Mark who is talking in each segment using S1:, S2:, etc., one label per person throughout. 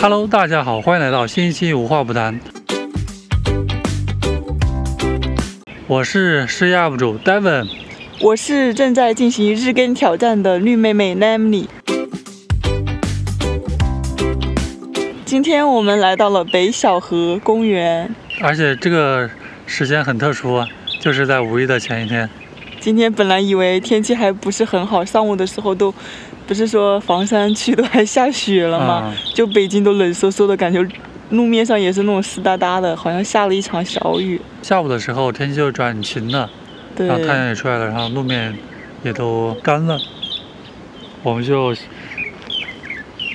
S1: Hello，大家好，欢迎来到新一期无话不谈。我是试业 UP 主 Devon。
S2: 我是正在进行日更挑战的绿妹妹 Namely。今天我们来到了北小河公园，
S1: 而且这个时间很特殊，啊就是在五一的前一天。
S2: 今天本来以为天气还不是很好，上午的时候都不是说房山区都还下雪了
S1: 啊
S2: 吗？就北京都冷飕飕的感觉，路面上也是那种湿哒哒的，好像下了一场小雨。
S1: 下午的时候天气就转晴了，
S2: 对
S1: 然，啊后太阳也出来了，然后路面也都干了，我们就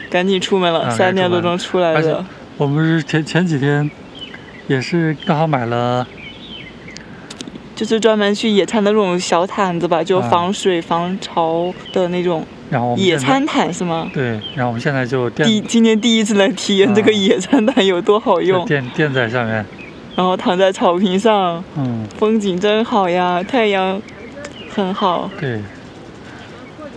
S2: 赶紧出门了，
S1: 嗯
S2: 三点多钟
S1: 赶
S2: 出来
S1: 而且
S2: 的。
S1: 我们是前前几天也是刚好买了，
S2: 就是专门去野餐的那种小毯子吧，就
S1: 嗯
S2: 防水、防潮的那种
S1: 然后我们
S2: 野
S1: 现在
S2: 餐毯是吗？
S1: 对，然后我们现在就
S2: 第
S1: 垫
S2: 今天第一次来体验这个
S1: 嗯
S2: 野餐毯有多好
S1: 就
S2: 用，
S1: 垫垫在下面，
S2: 然后躺在草坪上，
S1: 嗯，
S2: 风景真好呀，太阳很好。
S1: 对。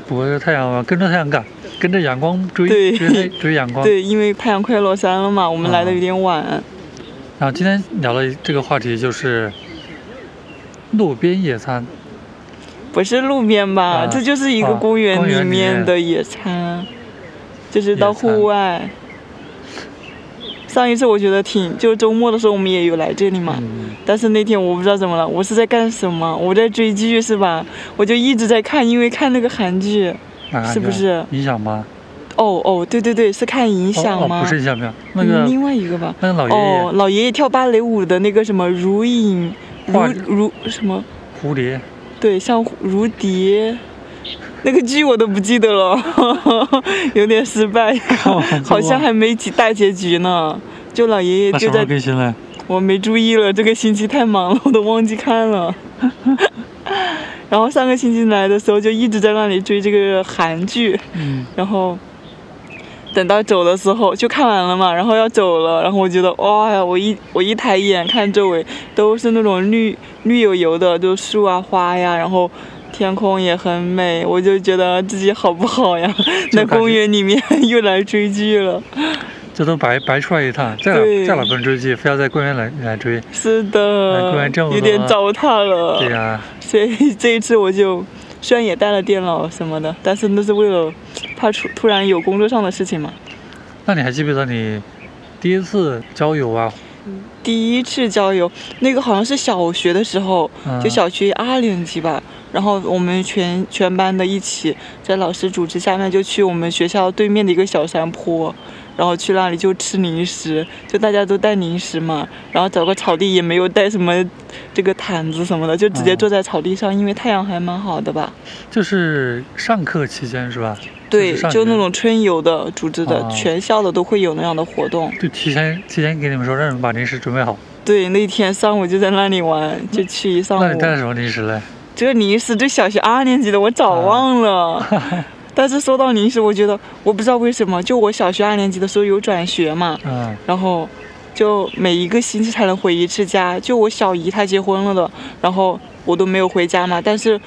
S1: 不过这太阳嘛，跟着太阳干，跟着阳光追
S2: 对
S1: 追 太追阳光。
S2: 对，因为太阳快落山了嘛，我们来
S1: 啊
S2: 的有点晚。
S1: 然后啊今天聊了这个话题就是路边野餐，
S2: 不是路边吧？
S1: 嗯
S2: 这就是一个
S1: 哦
S2: 公园
S1: 公园
S2: 里
S1: 里
S2: 面
S1: 面
S2: 的野餐，就是
S1: 野
S2: 到
S1: 餐
S2: 户外。上一次我觉得挺，就周末的时候我们也有来这里嘛。
S1: 嗯，
S2: 但是那天我不知道怎么了，我是在干什么？我在追剧是吧？我就一直在看，因为看那个韩剧。
S1: 哪看
S2: 是不
S1: 见
S2: 是
S1: 影响嗯吗？
S2: 哦哦，对对对，是看影
S1: 哦
S2: 响
S1: 哦
S2: 吗？
S1: 不是影响没有，那
S2: 嗯
S1: 个
S2: 另外一个吧。
S1: 那个老爷
S2: 哦，
S1: 爷
S2: 老爷爷跳芭蕾舞的那个什么如影如
S1: 画
S2: 如什么？
S1: 蝴蝶，
S2: 对，像如蝶。那个剧我都不记得了， 有点失败， 好像还没几大结局呢。就老爷爷
S1: 那什么
S2: 就
S1: 时
S2: 在
S1: 候更新了？
S2: 我没注意了，这个星期太忙了，我都忘记看 了。然后上个星期来的时候就一直在那里追这个韩剧，
S1: 嗯，
S2: 然后等到走的时候就看完了嘛，然后要走了，然后我觉得哇呀，我一我一抬眼看周围都是那种绿绿油油的，就树啊花呀，然后。天空也很美，我就觉得自己好不好呀？
S1: 就
S2: 在
S1: 感觉
S2: 公园里面又来追剧了，
S1: 这都白白出来一趟，再老
S2: 对
S1: 再老不人追剧，非要在公园来来追，
S2: 是
S1: 哎
S2: 的
S1: 公园这么，
S2: 有点
S1: 多
S2: 糟蹋了。
S1: 对呀、
S2: 所以这一次我就虽然也带了电脑什么的，但是那是为了怕出突然有工作上的事情嘛。
S1: 那你还记不记得你第一次郊游啊？
S2: 第一次郊游，那个好像是小学的时候，
S1: 嗯
S2: 就小学二年级吧。然后我们全全班的一起在老师组织下面就去我们学校对面的一个小山坡，然后去那里就吃零食，就大家都带零食嘛。然后找个草地，也没有带什么这个毯子什么的，就直接
S1: 哦
S2: 坐在草地上，因为太阳还蛮好的吧。
S1: 就是上课期间是吧？
S2: 对
S1: 是，上
S2: 就那
S1: 学
S2: 种春游的组织的，
S1: 啊
S2: 全校的都会有那样的活动。
S1: 就提前提前给你们说，让你们把零食准备好。
S2: 对，那天上午就在那里玩，就去一上
S1: 那
S2: 午
S1: 你。带了什么零食嘞？
S2: 这个零食，这小学二年级的我
S1: 啊
S2: 早忘了。 但是说到零食，我觉得我不知道为什么，就我小学二年级的时候有转学嘛，
S1: 嗯，
S2: 然后就每一个星期才能回一次家。就我小姨她结婚了的，然后我都没有回家嘛。但是，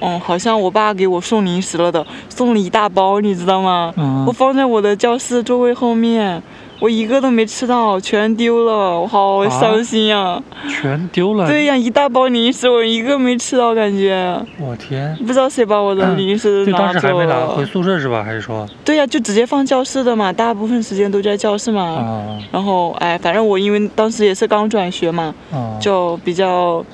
S2: 嗯，好像我爸给我送零食了的，送了一大包，你知道吗？
S1: 嗯
S2: 我放在我的教室座位后面，我一个都没吃到，全丢了，我
S1: 啊
S2: 好伤心呀、
S1: 全丢了。
S2: 对呀、一大包零食我一个没吃到，感觉
S1: 我天！
S2: 不知道谁把我的零食
S1: 嗯就当时还
S2: 走
S1: 没拿回
S2: 了。
S1: 宿舍是吧？还是说
S2: 对呀、就直接放教室的嘛，大部分时间都在教室嘛。
S1: 啊
S2: 然后哎，反正我因为当时也是刚转学嘛，
S1: 啊？
S2: 就比较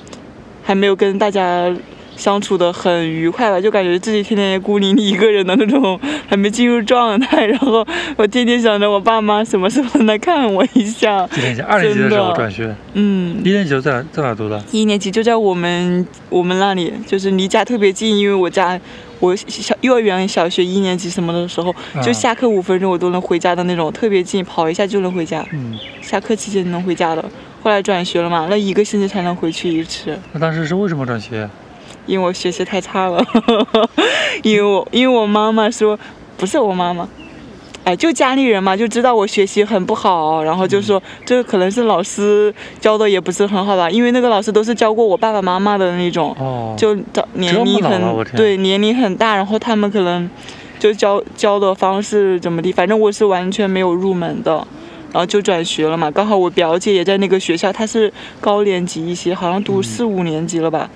S2: 还没有跟大家相处的很愉快吧，就感觉自己天天孤零零一个人的那种，还没进入状态。然后我天天想着我爸妈什么时候来看我一下。
S1: 几年前二年级的时候转学，
S2: 嗯，
S1: 一年级在哪在哪读的？
S2: 一年级就在我们我们那里，就是离家特别近，因为我家我小幼儿园、小学一年级什么的时候，就
S1: 嗯
S2: 下课五分钟我都能回家的那种，特别近，跑一下就能回家。
S1: 嗯，
S2: 下课期间能回家的，后来转学了嘛，那一个星期才能回去一次。
S1: 那当时是为什么转学？
S2: 因为我学习太差了， 因为我因为我妈妈说，不是我妈妈，哎，就家里人嘛，就知道我学习很不好，然后就说、这可能是老师教的也不是很好吧，因为那个老师都是教过我爸爸妈妈的那种，
S1: 哦，
S2: 就早年龄
S1: 这么老了我
S2: 很
S1: 天
S2: 对年龄很大，然后他们可能就教教的方式怎么地，反正我是完全没有入门的，然后就转学了嘛。刚好我表姐也在那个学校，她是高年级一些，好像读
S1: 嗯
S2: 四五年级了吧，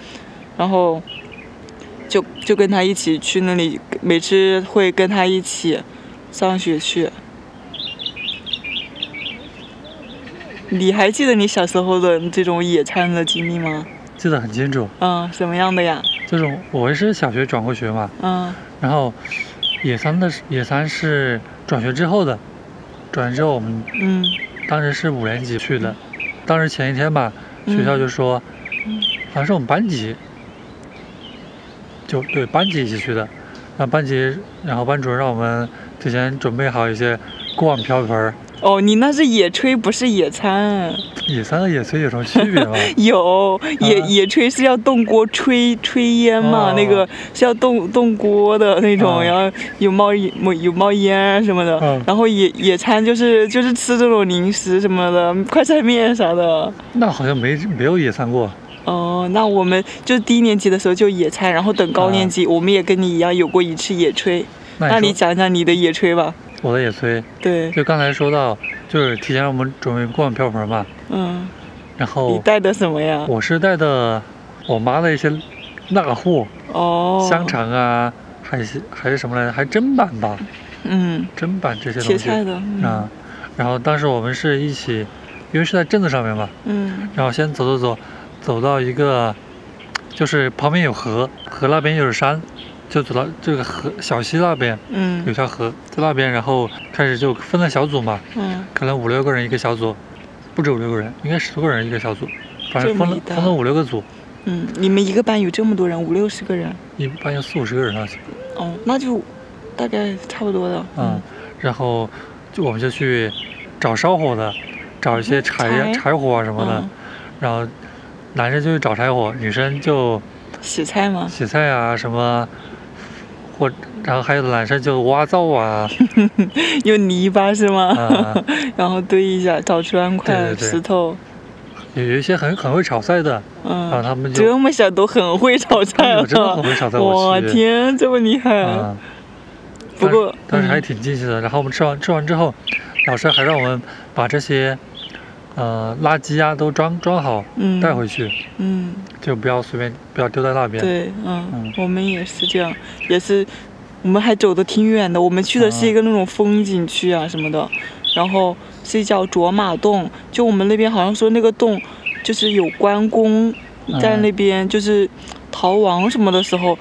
S2: 然后就就跟她一起去那里，每次会跟她一起上学去。你还记得你小时候的这种野餐的经历吗？
S1: 记得很清楚，
S2: 嗯，什么样的呀？
S1: 就是我是小学转过学嘛，
S2: 嗯
S1: 然后野三的是野三是转学之后的，转学之后我们
S2: 嗯
S1: 当时是五年级去的，当时前一天吧，
S2: 嗯
S1: 学校就说，
S2: 嗯
S1: 好像是我们班级，就对班级一起去的，然后班级，然后班主任让我们提前准备好一些锅碗瓢盆儿，
S2: 哦，你那是野炊，不是野餐。
S1: 野三和野炊有什么区别 吗？
S2: 有野、
S1: 啊
S2: 野炊是要动锅炊炊烟嘛，
S1: 哦
S2: 那个是要动动锅的那种，
S1: 啊
S2: 然后有冒烟有冒烟啊什么的。
S1: 嗯
S2: 然后野野餐就是就是吃这种零食什么的，快餐面啥的。
S1: 那好像没没有野餐过，
S2: 哦，那我们就低年级的时候就野餐，然后等高年
S1: 啊
S2: 级，我们也跟你一样有过一次野炊。那
S1: 那
S2: 你
S1: 你说
S2: 讲讲你的野炊吧。
S1: 我的野炊，
S2: 对，
S1: 就刚才说到，就是提前让我们准备锅碗瓢盆嘛，
S2: 嗯，
S1: 然
S2: 你
S1: 后
S2: 带的什么呀？
S1: 我是带的我妈的一些腊货，
S2: 哦，
S1: 香，肠啊，还是还是什么来着，还砧板吧，
S2: 嗯，
S1: 砧板这些
S2: 切
S1: 东西
S2: 菜的，
S1: 啊
S2: 嗯，
S1: 然后当时我们是一起，因为是在镇子上面嘛，
S2: 嗯
S1: 然后先走走走，走到一个，就是旁边有河，河那边又是山，就走到这个河小溪那边有
S2: 嗯
S1: 条河，在那边，然后开始就分了小组嘛，
S2: 嗯，
S1: 可能五六个人一个小组，不止五六个人，应该十多个人一个小组，反正
S2: 这么
S1: 分了
S2: 一大
S1: 分了五六个组，
S2: 嗯，你们一个班有这么多人，五六十个人，
S1: 一般有四五十个人啊，
S2: 哦，那就大概差不多的。
S1: 嗯，然后就我们就去找烧火的，找一些柴呀、
S2: 柴
S1: 柴火啊什么的，
S2: 嗯
S1: 然后男生就去找柴火，女生就
S2: 洗菜吗？
S1: 洗菜啊什么，或然后还有的男生就挖灶 啊
S2: 用泥巴是吗？
S1: 啊、
S2: 然后堆一下，找出砖块、
S1: 对对对
S2: 石头。
S1: 有有一些很很会炒菜的，
S2: 嗯，
S1: 然后啊他们
S2: 这
S1: 就
S2: 么小都很会炒菜了，
S1: 我真的很会炒菜
S2: 我
S1: 我去
S2: 天，这么厉害！
S1: 啊，
S2: 嗯不过
S1: 但是但是还
S2: 嗯
S1: 挺尽兴的。然后我们吃完吃完之后，老师还让我们把这些呃垃圾啊都装装好
S2: 嗯，
S1: 带回去，
S2: 嗯，
S1: 就不要随便不要丢在那边。
S2: 对，嗯，
S1: 嗯
S2: 我们也是这样，也是，我们还走的挺远的，我们去的是一个那种风景区啊什么的，然后是叫卓玛洞，就我们那边好像说那个洞就是有关公在那边就是逃亡什么的时候，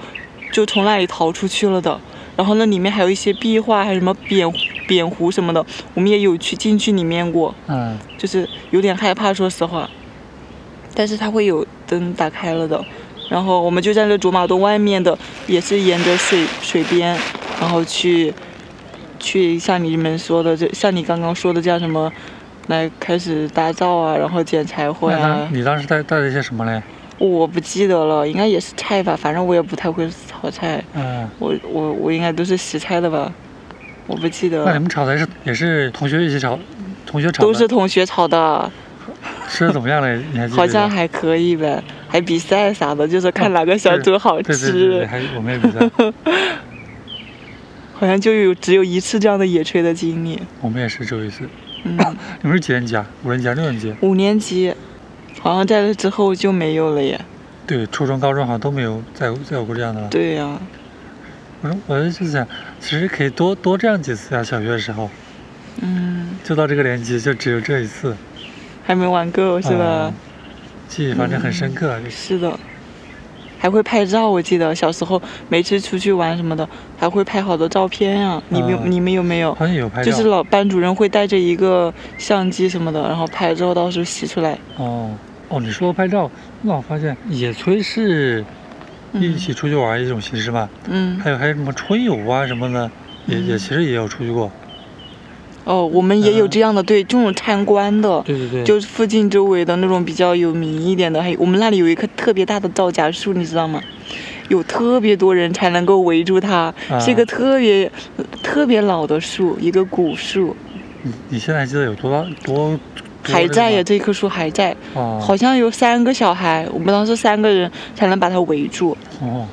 S2: 就从那里逃出去了的。然后那里面还有一些壁画，还有什么蝙蝠蝙蝠什么的，我们也有去进去里面过，
S1: 嗯，
S2: 就是有点害怕，说实话。但是它会有灯打开了的，然后我们就在那卓玛洞外面的，也是沿着水水边，然后去去像你们说的这，像你刚刚说的叫什么，来开始搭灶啊，然后捡柴火
S1: 那
S2: 呀、
S1: 那你当时带带了一些什么嘞？
S2: 我不记得了，应该也是菜吧，反正我也不太会炒菜，
S1: 嗯，
S2: 我我我应该都是洗菜的吧，我不记得
S1: 那你
S2: 了，
S1: 们炒菜是也是同学一起炒，同学炒
S2: 都
S1: 的，
S2: 是同学炒的。
S1: 吃的怎么样 嘞？你还记得？
S2: 好像还可以呗，还比赛啥的，就是看哪个小组 好
S1: 对对对对，
S2: 吃。
S1: 还我们也比赛，
S2: 好像就有只有一次这样的野炊的经历。
S1: 我们也是只有一次。
S2: 嗯，
S1: 你们是几年级啊？五年级、啊、六年级？
S2: 五年级，好像在这之后就没有了耶。
S1: 对，初中、高中好像都没有再再有过这样的了。
S2: 对呀、
S1: 我说，我就想，其实可以多多这样几次啊。小学的时候，
S2: 嗯，
S1: 就到这个年级，就只有这一次，
S2: 还没玩够是吧
S1: 嗯？记忆反正很深刻。啊就是
S2: 是的，还会拍照，我记得小时候每次出去玩什么的，还会拍好多照片呀、你们有、
S1: 嗯
S2: 你们有没有？
S1: 好像有拍
S2: 就
S1: 照，
S2: 是老班主任会带着一个相机什么的，然后拍之后到时候洗出来。
S1: 哦哦，你说拍照，那我发现野炊是一起出去玩一种形式吧？
S2: 嗯，
S1: 还有还有什么春游啊什么的，也也其实也有出去过。
S2: 哦，我们也有
S1: 嗯
S2: 这样的，对，这种参观的，
S1: 对对嗯对
S2: 就是附近周围的那种比较有名一点的，还有我们那里有一棵特别大的皂荚树，你知道吗？有特别多人才能够围住它，是一
S1: 啊
S2: 个特别特别老的树，一个古树，
S1: 你你现在还记得有多大多多
S2: 还
S1: 这个
S2: 在呀，
S1: 吗
S2: 这棵树还在，
S1: 哦，
S2: 好像有三个小孩，我们当时三个人才能把它围住，
S1: 哦，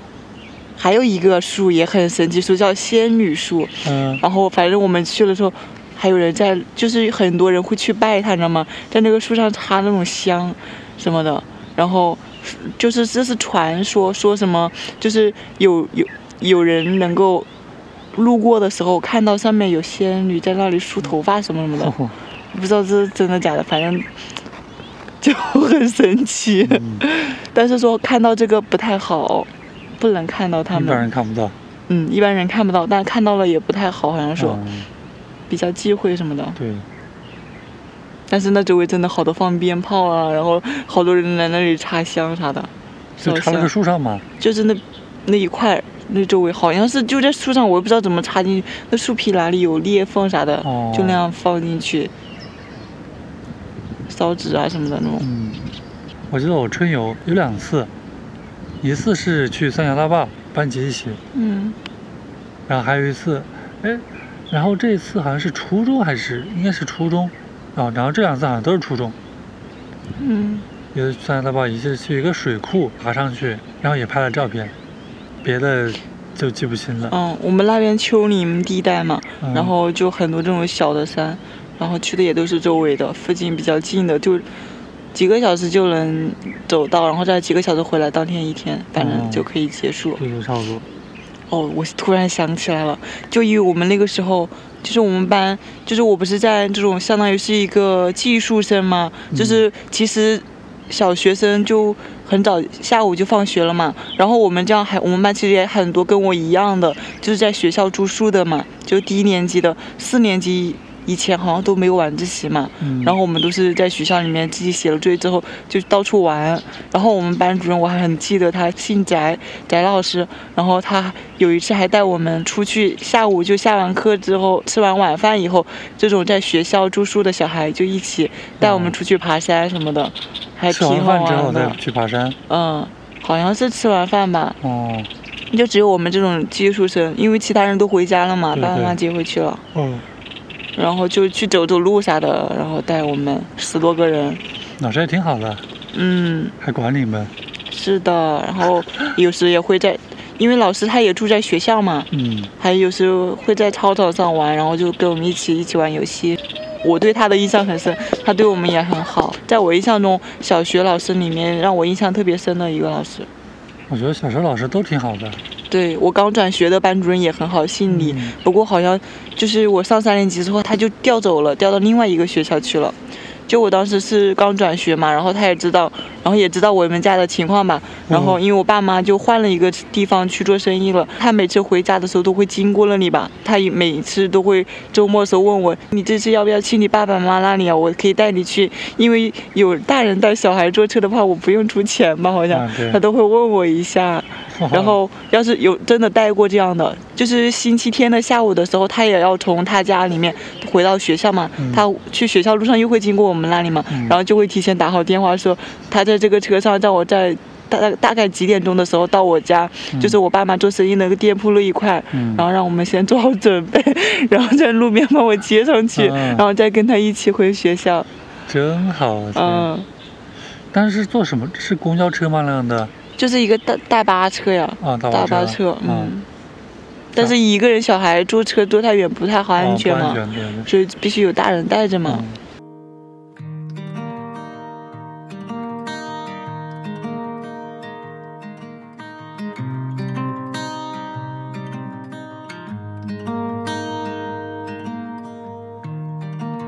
S2: 还有一个树也很神奇树，叫仙女树。
S1: 嗯
S2: 然后反正我们去的时候，还有人在，就是很多人会去拜它，你知道吗？在那个树上插那种香什么的，然后就是这是传说，说什么就是有有有人能够路过的时候看到上面有仙女在那里梳头发什么什么
S1: 哦
S2: 的，不知道这是真的假的，反正。就很神奇，但是说看到这个不太好，不能看到 他
S1: 一
S2: 们。
S1: 般人看不到。
S2: 嗯，一般人看不到，但看到了也不太好，好像说、
S1: 嗯，
S2: 比较忌讳什么的。
S1: 对，
S2: 但是那周围真的好多放鞭炮啊，然后好多人在那里插香啥的，
S1: 就插了个树上嘛。
S2: 就是那那一块儿那周围好像是就在树上，我也不知道怎么插进去，那树皮哪里有裂缝啥的，
S1: 哦
S2: 就那样放进去，烧纸啊什么的那种。
S1: 嗯，我记得我春游有两次，一次是去三峡大坝，班级一起，
S2: 嗯
S1: 然后还有一次，哎，然后这一次好像是初中还是应该是初中，啊、然后这两次好像都是初中，
S2: 嗯
S1: 一个去三峡大坝，一次去一个水库爬上去，然后也拍了照片，别的就记不清了。
S2: 嗯，我们那边丘陵地带嘛，
S1: 嗯
S2: 然后就很多这种小的山，然后去的也都是周围的，附近比较近的，就几个小时就能走到，然后再几个小时回来，当天一天，反正就可以结束。
S1: 对对，差不多。
S2: 哦，我突然想起来了，就因为我们那个时候，就是我们班，就是我不是在这种相当于是一个寄宿生嘛，就是其实小学生就很早下午就放学了嘛，然后我们这样还我们班其实也很多跟我一样的，就是在学校住宿的嘛，就低年级的四年级。以前好像都没有晚自习嘛，
S1: 嗯
S2: 然后我们都是在学校里面自己写了作业之后就到处玩。然后我们班主任我还很记得他姓翟，翟老师。然后他有一次还带我们出去，下午就下完课之后吃完晚饭以后，这种在学校住宿的小孩就一起带我们出去爬山什么的，还
S1: 嗯吃
S2: 挺
S1: 完
S2: 好
S1: 饭之后
S2: 玩
S1: 再
S2: 的。
S1: 去爬山。
S2: 嗯，好像是吃完饭吧，
S1: 哦，
S2: 就只有我们这种寄宿生，因为其他人都回家了嘛，
S1: 对
S2: 爸爸妈妈
S1: 对
S2: 接回去了。
S1: 哦，
S2: 然后就去走走路啥的，然后带我们十多个人，
S1: 老师也挺好的，
S2: 嗯，
S1: 还管你们。
S2: 是的。然后有时也会在，因为老师他也住在学校嘛，
S1: 嗯，
S2: 还有时候会在操场上玩，然后就跟我们一起一起玩游戏。我对他的印象很深，他对我们也很好。在我印象中，小学老师里面让我印象特别深的一个老师，
S1: 我觉得小学老师都挺好的。
S2: 对我刚转学的班主任也很好，姓李。
S1: 嗯
S2: 不过好像就是我上三年级之后，他就调走了，调到另外一个学校去了。就我当时是刚转学嘛，然后他也知道，然后也知道我们家的情况吧。
S1: 嗯
S2: 然后因为我爸妈就换了一个地方去做生意了，他每次回家的时候都会经过那里吧。他也每次都会周末的时候问我，你这次要不要去你爸爸妈妈那里啊？我可以带你去，因为有大人带小孩坐车的话，我不用出钱吧？好像、
S1: 啊对
S2: 他都会问我一下。然后
S1: 哦
S2: 要是有真的带过这样的，就是星期天的下午的时候，他也要从他家里面回到学校嘛。
S1: 嗯
S2: 他去学校路上又会经过我们那里嘛，
S1: 嗯
S2: 然后就会提前打好电话说，他在这个车上让我在大大大概几点钟的时候到我家，就是我爸妈做生意那个店铺那一块，
S1: 嗯
S2: 然后让我们先做好准备，然后在路边帮我接上去，
S1: 嗯
S2: 然后再跟他一起回学校。
S1: 真好，我天
S2: 嗯，
S1: 但是坐什么？是公交车吗？那样的
S2: 就是一个大大巴车呀。
S1: 啊，大
S2: 大
S1: 巴
S2: 巴
S1: 车
S2: 车
S1: 啊，，
S2: 嗯。但是一个人小孩坐车坐太远不太好
S1: 啊，
S2: 安全
S1: 不
S2: 嘛
S1: 安，全，对对。
S2: 所以必须有大人带着嘛。
S1: 嗯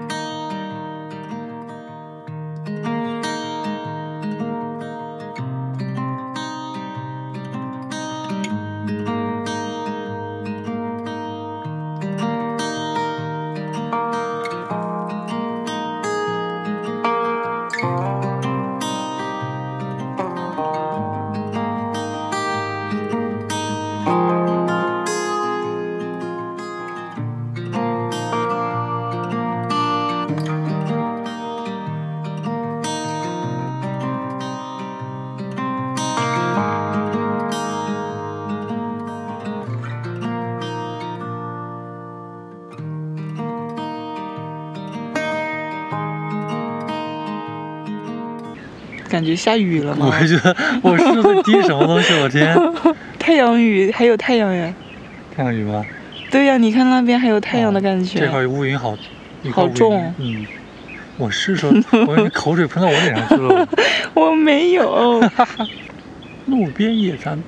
S2: 感觉下雨了嘛
S1: 嗯 我，也觉得我是在滴什么东西，我天！
S2: 太阳雨，还有太阳呀。
S1: 太阳雨吗？
S2: 对呀、你看那边还有太阳的感觉。
S1: 这块乌云好，一块
S2: 好
S1: 乌云
S2: 重
S1: 嗯，我是说，我以为口水喷到我脸上去了。
S2: 我没有。
S1: 路边野餐，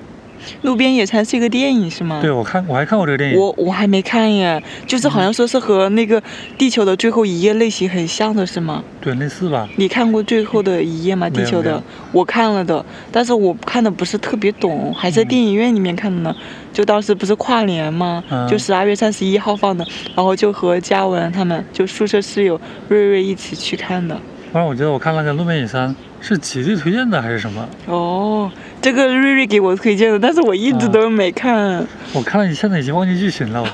S2: 路边野餐是一个电影是吗？
S1: 对我看我还看过这个电影，
S2: 我我还没看耶，就是好像说是和那个《地球的最后一夜》类型很像的是吗？
S1: 对，类似吧？
S2: 你看过《最后的一夜》吗？
S1: 没有
S2: 地球
S1: 没
S2: 的
S1: 有，
S2: 我看了的，但是我看的不是特别懂，还在
S1: 嗯
S2: 电影院里面看的呢。就当时不是跨年嘛，
S1: 嗯
S2: 就十二月三十一号放的，然后就和嘉文他们就宿舍室友瑞瑞一起去看的。
S1: 反正我觉得我看那个路边野餐是极力推荐的还是什么？
S2: 哦，这个瑞瑞给我推荐的，但是我一直
S1: 啊
S2: 都没看。
S1: 我看了，现在已经忘记剧情了。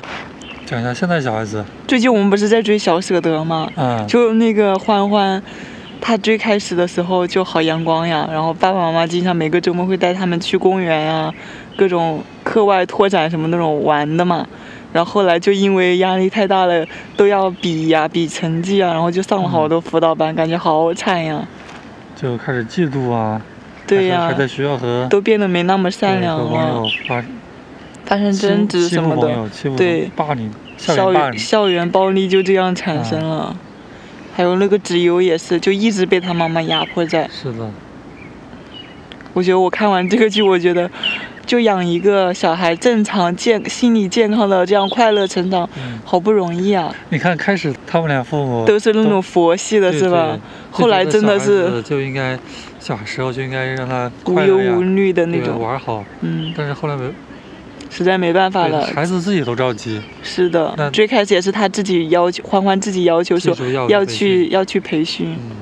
S1: 讲一下现在小孩子，
S2: 最近我们不是在追《小舍得》吗？
S1: 嗯，
S2: 就那个欢欢，他最开始的时候就好阳光呀，然后爸爸妈妈经常每个周末会带他们去公园呀，各种课外拓展什么那种玩的嘛。然后后来就因为压力太大了，都要比呀、比成绩啊，然后就上了好多辅导班，感觉好惨呀。
S1: 就开始嫉妒啊，
S2: 对
S1: 还
S2: 呀、
S1: 是还在学校和
S2: 都变得没那么善
S1: 对
S2: 良啊
S1: 和网
S2: 了
S1: 友，发
S2: 发生争执
S1: 欺
S2: 什么
S1: 负网
S2: 的，
S1: 友，欺负
S2: 对
S1: 霸凌，校
S2: 校
S1: 园霸
S2: 园
S1: 凌，
S2: 校园暴力就这样产生
S1: 啊
S2: 了。还有那个直邮也是，就一直被他妈妈压迫在。
S1: 是的，
S2: 我觉得我看完这个剧，我觉得就养一个小孩正常健心理健康的这样快乐成长，
S1: 嗯，
S2: 好不容易啊，
S1: 你看开始他们俩父母
S2: 都是那种佛系的
S1: 哦对
S2: 是吧？
S1: 对
S2: 后来
S1: 就觉
S2: 真
S1: 得
S2: 的
S1: 小
S2: 是
S1: 孩子就应该小时候就应该让他
S2: 无
S1: 快
S2: 忧
S1: 乐呀
S2: 无虑的那
S1: 对
S2: 种，
S1: 玩好，
S2: 嗯，
S1: 但是后来没
S2: 实在没办法
S1: 对嗯
S2: 了。
S1: 孩子自己都着急，
S2: 是的
S1: 那，
S2: 最开始也是他自己要求，欢欢自己要求
S1: 自
S2: 说
S1: 主要
S2: 要
S1: 培训
S2: 去要去培训，
S1: 嗯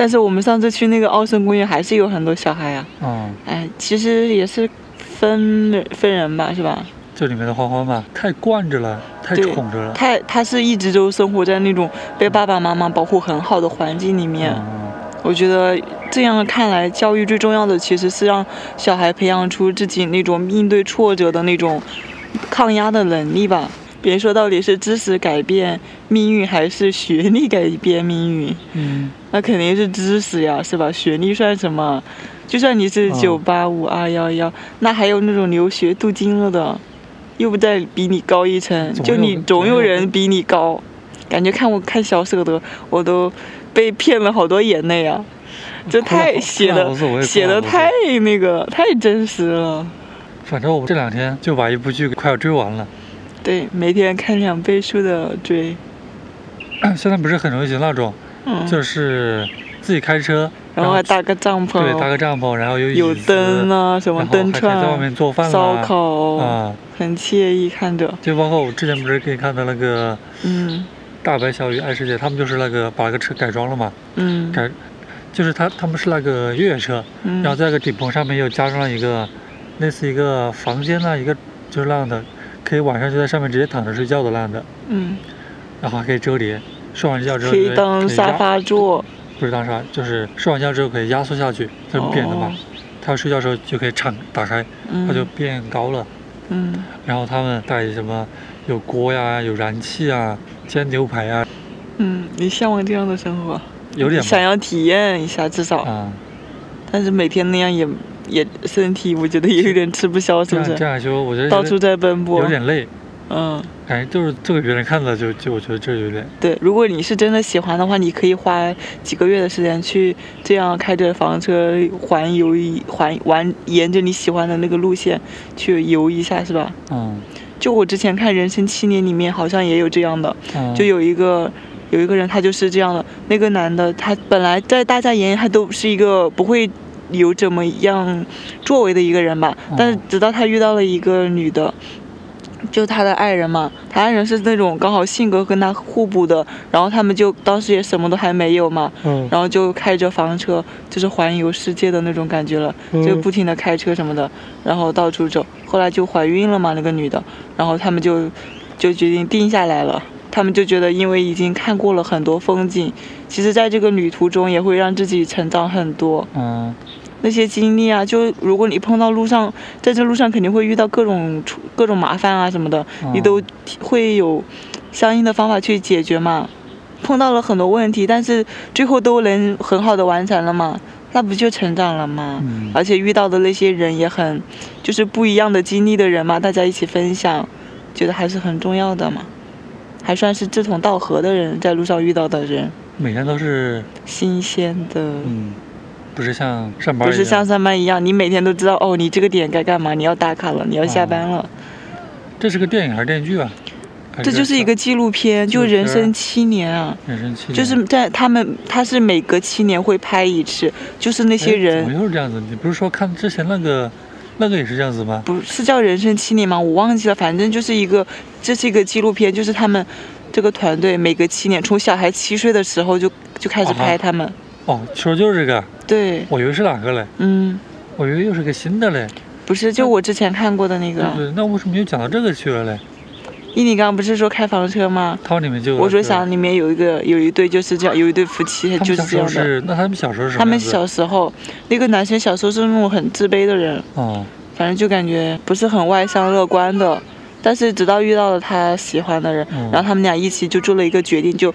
S2: 但是我们上次去那个奥森公园还是有很多小孩啊，
S1: 嗯，
S2: 哎，其实也是分分人吧，是吧？
S1: 这里面的欢欢吧，太惯着了，太
S2: 对
S1: 宠着了，嗯
S2: 他他是一直都生活在那种被爸爸妈妈保护很好的环境里面。
S1: 嗯，
S2: 我觉得这样看来，教育最重要的其实是让小孩培养出自己那种应对挫折的那种抗压的能力吧。别说到底是知识改变命运，还是学历改变命运，
S1: 嗯，
S2: 那肯定是知识呀，是吧？学历算什么？就算你是
S1: 嗯
S2: 九八五二幺幺，那还有那种留学镀金了的，又不在比你高一层，
S1: 总
S2: 就
S1: 有
S2: 你
S1: 个
S2: 总
S1: 总有
S2: 有
S1: 个
S2: 人比你高。感觉看我看小舍得，我都被骗了好多眼泪啊！这
S1: 哭了
S2: 太
S1: 好
S2: 写
S1: 哭了好多
S2: 的
S1: 次我也哭
S2: 写
S1: 了
S2: 的
S1: 好多次
S2: 太那个太真实了。
S1: 反正我这两天就把一部剧给快要追完了。
S2: 对，每天看两倍速的追，
S1: 现在不是很流行那种，
S2: 嗯，
S1: 就是自己开车，
S2: 然后还搭个帐篷，
S1: 对搭个帐篷，然后有
S2: 有
S1: 椅子
S2: 灯啊，什么
S1: 然后
S2: 灯
S1: 还可以
S2: 串，
S1: 在外面做饭
S2: 烧
S1: 啦
S2: 烤，
S1: 啊，
S2: 很惬意看着，
S1: 就包括我之前不是给你看的那个
S2: 嗯
S1: 大白小与爱世界，他们就是那个把那个车改装了嘛，
S2: 嗯
S1: 改就是他他们是那个越野车，
S2: 嗯，
S1: 然后在那个顶棚上面又加上了一个类似一个房间啊呐、一个就是那样的，可以晚上就在上面直接躺着睡觉的那样的，
S2: 嗯，
S1: 然后还可以折叠，睡完觉之后
S2: 可
S1: 就
S2: 以当
S1: 可以
S2: 沙
S1: 压
S2: 发坐，
S1: 不是当沙，就是睡完觉之后可以压缩下去，它是扁的嘛
S2: 哦，
S1: 它睡觉的时候就可以敞打开，它就
S2: 嗯
S1: 变高了。
S2: 嗯，
S1: 然后他们带什么有锅呀，有燃气啊，煎牛排啊，
S2: 嗯，你向往这样的生活，
S1: 有点吧
S2: 想要体验一下至少，
S1: 啊，
S2: 但是每天那样也也身体我觉得也有点吃不消，是
S1: 这
S2: 不
S1: 样这
S2: 是？
S1: 样来说，我觉得
S2: 到
S1: 有
S2: 处
S1: 点
S2: 在奔波
S1: 有，点累，
S2: 嗯，
S1: 感觉哎就是这个别人看了就就我觉得这有点
S2: 对，如果你是真的喜欢的话，你可以花几个月的时间去这样开着房车环游一环玩，沿着你喜欢的那个路线去游一下，是吧？
S1: 嗯
S2: 就我之前看《人生七年》里面好像也有这样的，
S1: 嗯，
S2: 就有一个有一个人他就是这样的，那个男的他本来在大家眼里他都是一个不会有怎么样作为的一个人吧，但是
S1: 嗯
S2: 直到他遇到了一个女的。就他的爱人嘛，他爱人是那种刚好性格跟他互补的，然后他们就当时也什么都还没有嘛，
S1: 嗯
S2: 然后就开着房车，就是环游世界的那种感觉了，就
S1: 嗯
S2: 不停的开车什么的，然后到处走。后来就怀孕了嘛，那个女的，然后他们就就决定定下来了。他们就觉得，因为已经看过了很多风景，其实在这个旅途中也会让自己成长很多。
S1: 嗯
S2: 那些经历啊，就如果你碰到路上，在这路上肯定会遇到各种出各种麻烦啊什么的，你
S1: 嗯
S2: 都会有相应的方法去解决嘛。碰到了很多问题，但是最后都能很好的完成了嘛，那不就成长了吗？
S1: 嗯
S2: 而且遇到的那些人也很，就是不一样的经历的人嘛，大家一起分享，觉得还是很重要的嘛，还算是志同道合的人，在路上遇到的人，
S1: 每天都是
S2: 新鲜的，
S1: 嗯，不是像上班
S2: 不
S1: 一样
S2: 是像上班一样，你每天都知道哦，你这个点该干嘛，你要打卡了，你要下班了，
S1: 这是个电影还是电视剧啊？还
S2: 这就是一个纪录片，
S1: 纪
S2: 就
S1: 录片
S2: 人生七年啊。
S1: 人生七年，
S2: 就是在他们，他是每隔七年会拍一次，就是那
S1: 那
S2: 些人
S1: 哎怎么又是这样子？你不是说看之前那个那个也是这样子吗？
S2: 不是叫人生七年吗？我忘记了，反正就是一个，这是一个纪录片，就是他们这个团队每隔七年，从小孩七岁的时候就就开始
S1: 啊哈
S2: 拍他们。
S1: 哦，说就是这个，
S2: 对，
S1: 我以为是哪个嘞？
S2: 嗯，
S1: 我以为又是个新的嘞。
S2: 不是，就我之前看过的那
S1: 对
S2: 个。
S1: 对，那为什么又讲到这个去了嘞？
S2: 伊你刚刚不是说开房车吗？
S1: 他们里面就有
S2: 我说
S1: 这个
S2: 想里面有一个有一对就是这样，有一对夫妻
S1: 他
S2: 就
S1: 们
S2: 是
S1: 小
S2: 这
S1: 时候
S2: 样的。
S1: 是那他们小时候是什么
S2: 他们
S1: 样子
S2: 小时候，那个男生小时候是那种很自卑的人，
S1: 哦
S2: 反正就感觉不是很外向乐观的，但是直到遇到了他喜欢的人，
S1: 嗯
S2: 然后他们俩一起就做了一个决定，就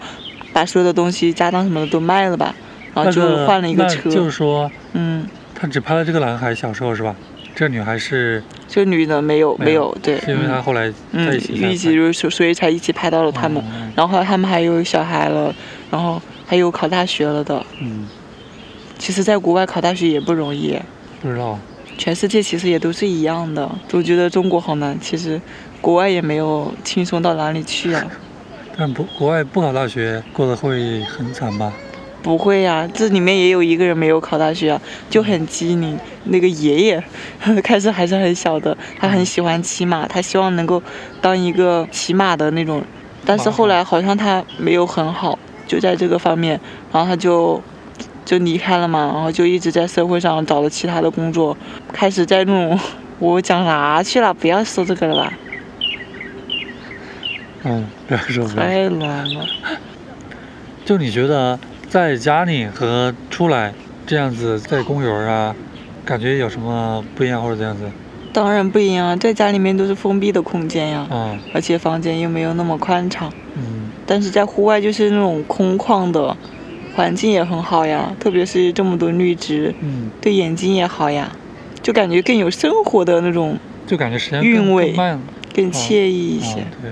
S2: 把所有的东西家当什么的都卖了吧，然
S1: 那
S2: 后啊就换了一个
S1: 那
S2: 车，
S1: 就是说
S2: 嗯，
S1: 他只拍了这个男孩小时候是吧？这女孩是
S2: 这女的没有
S1: 没有
S2: 有对，
S1: 是因为他
S2: 嗯
S1: 后来在
S2: 嗯
S1: 一起才
S2: 一起就是所以才一起拍到了
S1: 拍
S2: 他们，
S1: 哦
S2: 然后后来他们还有小孩了，然后还有考大学了的，
S1: 嗯，
S2: 其实在国外考大学也不容易，
S1: 不知道
S2: 全世界其实也都是一样的，总觉得中国好难，其实国外也没有轻松到哪里去啊。
S1: 但不国外不考大学过得会很惨吧？
S2: 不会呀、这里面也有一个人没有考大学啊，就很机灵。那个爷 爷开始还是很小的，他很喜欢骑马，他希望能够当一个骑马的那种，但是后来好像他没有很好，就在这个方面，然后他就就离开了嘛，然后就一直在社会上找了其他的工作，开始在那种 我讲啥去了？不要说这个了吧，
S1: 嗯，不要说不要说。
S2: 太乱了。
S1: 就你觉得在家里和出来这样子在公园儿啊，感觉有什么不一样或者怎样子？
S2: 当然不一样啊，在家里面都是封闭的空间呀，
S1: 啊，
S2: 而且房间又没有那么宽敞。
S1: 嗯，
S2: 但是在户外就是那种空旷的，环境也很好呀，特别是这么多绿植，
S1: 嗯，
S2: 对眼睛也好呀，就感觉更有生活的那种，
S1: 就感觉时间
S2: 韵
S1: 更
S2: 味
S1: 更慢
S2: 更惬意一些。
S1: 啊。对，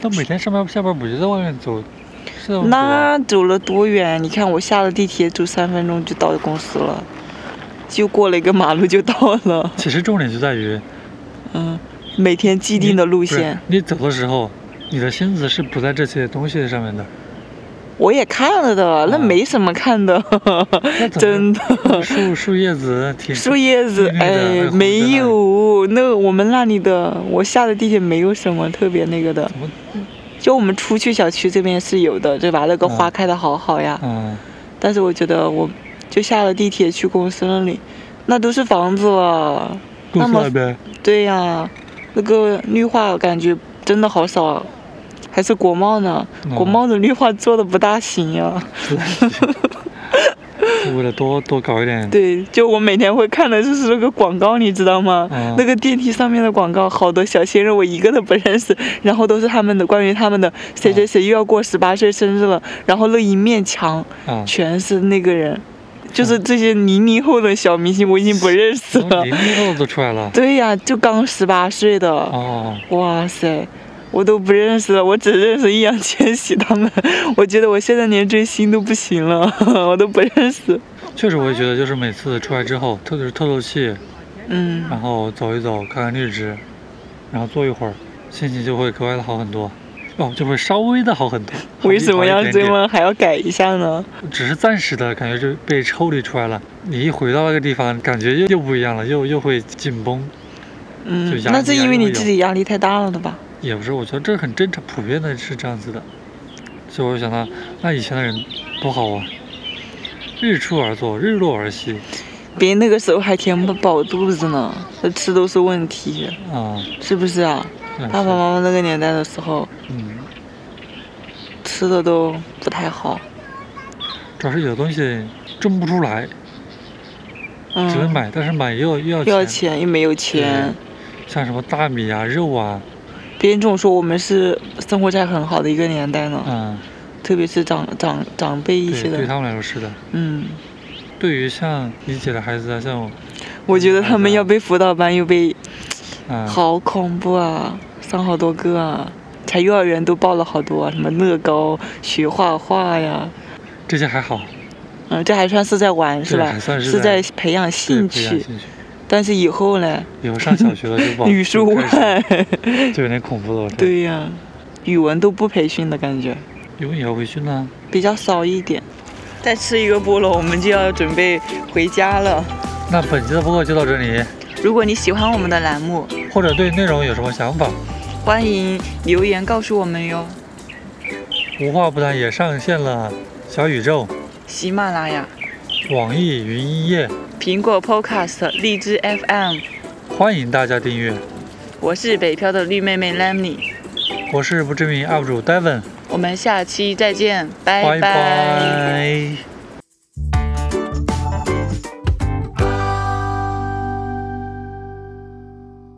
S1: 但每天上班下班不就在外面走？是在外面走啊
S2: 那走了多远？你看我下了地铁，走三分钟就到公司了，就过了一个马路就到了。
S1: 其实重点就在于
S2: 嗯，每天既定的路线，
S1: 你不是你走的时候，你的心思是不在这些东西上面的。
S2: 我也看了的，那
S1: 啊
S2: 没什么看的，
S1: 那怎么
S2: 真的。
S1: 树树叶子挺
S2: 树叶子，
S1: 绿绿的那
S2: 哎
S1: 个，红啊的
S2: 没
S1: 那
S2: 有，那我们那里的，我下的地铁没有什么特别那个的
S1: 怎，么
S2: 就我们出去小区这边是有的，对吧？那个
S1: 嗯
S2: 花开的好好呀，
S1: 嗯
S2: 但是我觉得我就下了地铁去公司那里，那都是房子了，
S1: 露
S2: 那
S1: 出
S2: 么
S1: 来 呗？
S2: 对呀，那个绿化感觉真的好少啊，还是国贸呢，
S1: 嗯
S2: 国贸的绿化做的不大行啊呀，
S1: 啊哦是为了多多搞一点。
S2: 对，就我每天会看的就是那个广告，你知道吗？
S1: 嗯
S2: 那个电梯上面的广告，好多小鲜肉我一个都不认识，然后都是他们的关于他们的谁谁谁又要过十八岁生日了，然后那一面墙
S1: 啊，
S2: 全是那个人，就是这些零零后的小明星，我已经不认识了。
S1: 零零后都出来了。
S2: 对呀、就刚十八岁的，
S1: 哦，
S2: 哇塞，我都不认识了，我只认识易烊千玺他们， 我觉得我现在连追星都不行了， 我都不认识。
S1: 确实，我也觉得就是每次出来之后，特别是透透气，
S2: 嗯。
S1: 然后走一走，看看绿植，然后坐一会儿，心情就会格外的好很多。哦，就会稍微的好很多。
S2: 为什么
S1: 好
S2: 要
S1: 一点
S2: 这
S1: 点？
S2: 么还要改一下呢？
S1: 只是暂时的感觉就被抽离出来了。你一回到那个地方，感觉又又不一样了，又又会紧绷。就
S2: 嗯，
S1: 压力
S2: 那是因为
S1: 压力会
S2: 你
S1: 有
S2: 自己压力太大了的吧？
S1: 也不是，我觉得这很正常，普遍的是这样子的。所以我就想到，那以前的人多好啊，日出而作，日落而息
S2: 别那个时候还填不饱肚子呢，这吃都是问题，
S1: 啊。
S2: 是不是啊？
S1: 那
S2: 爸爸
S1: 嗯是
S2: 妈妈那个年代的时候，
S1: 嗯，
S2: 吃的都不太好，
S1: 主要是有的东西种不出来，只能
S2: 嗯，
S1: 买，但是买又又要
S2: 又要钱又没有钱，
S1: 像什么大米啊、肉啊，
S2: 别人总说我们是生活在很好的一个年代呢，
S1: 嗯，
S2: 特别是长长长辈一
S1: 对，
S2: 些
S1: 对
S2: 的，
S1: 他们来说是的。
S2: 嗯，
S1: 对于像理解的孩子啊，像我，
S2: 我觉得他们要被辅导班又被，
S1: 啊、
S2: 好恐怖啊，上好多个啊，才幼儿园都报了好多、啊，什么乐高、学画画呀，
S1: 这些还好，
S2: 嗯，这还算是在玩是
S1: 对
S2: 吧
S1: 还？算是
S2: 是
S1: 在
S2: 在培养兴
S1: 对培养
S2: 趣，
S1: 兴趣。
S2: 但是以后呢，
S1: 以后上小学了就 不好
S2: 语数
S1: 就开
S2: 外
S1: 始，就有点恐怖了。我这
S2: 对呀、语文都不培训的感觉。
S1: 因为也要回去呢。
S2: 比较少一点。再吃一个菠萝，我们就要准备回家了。
S1: 那本期的播客就到这里，
S2: 如果你喜欢我们的栏目，
S1: 或者对内容有什么想法，
S2: 欢迎留言告诉我们哟。
S1: 无话不谈也上线了小宇宙、
S2: 喜马拉雅、
S1: 网易云音乐，
S2: 苹果 Podcast、荔枝 FM，
S1: 欢迎大家订阅。
S2: 我是北漂的绿妹妹 Lemony，
S1: 我是不知名 UP 主 Devon，
S2: 我们下期再见，
S1: 拜
S2: 拜
S1: 拜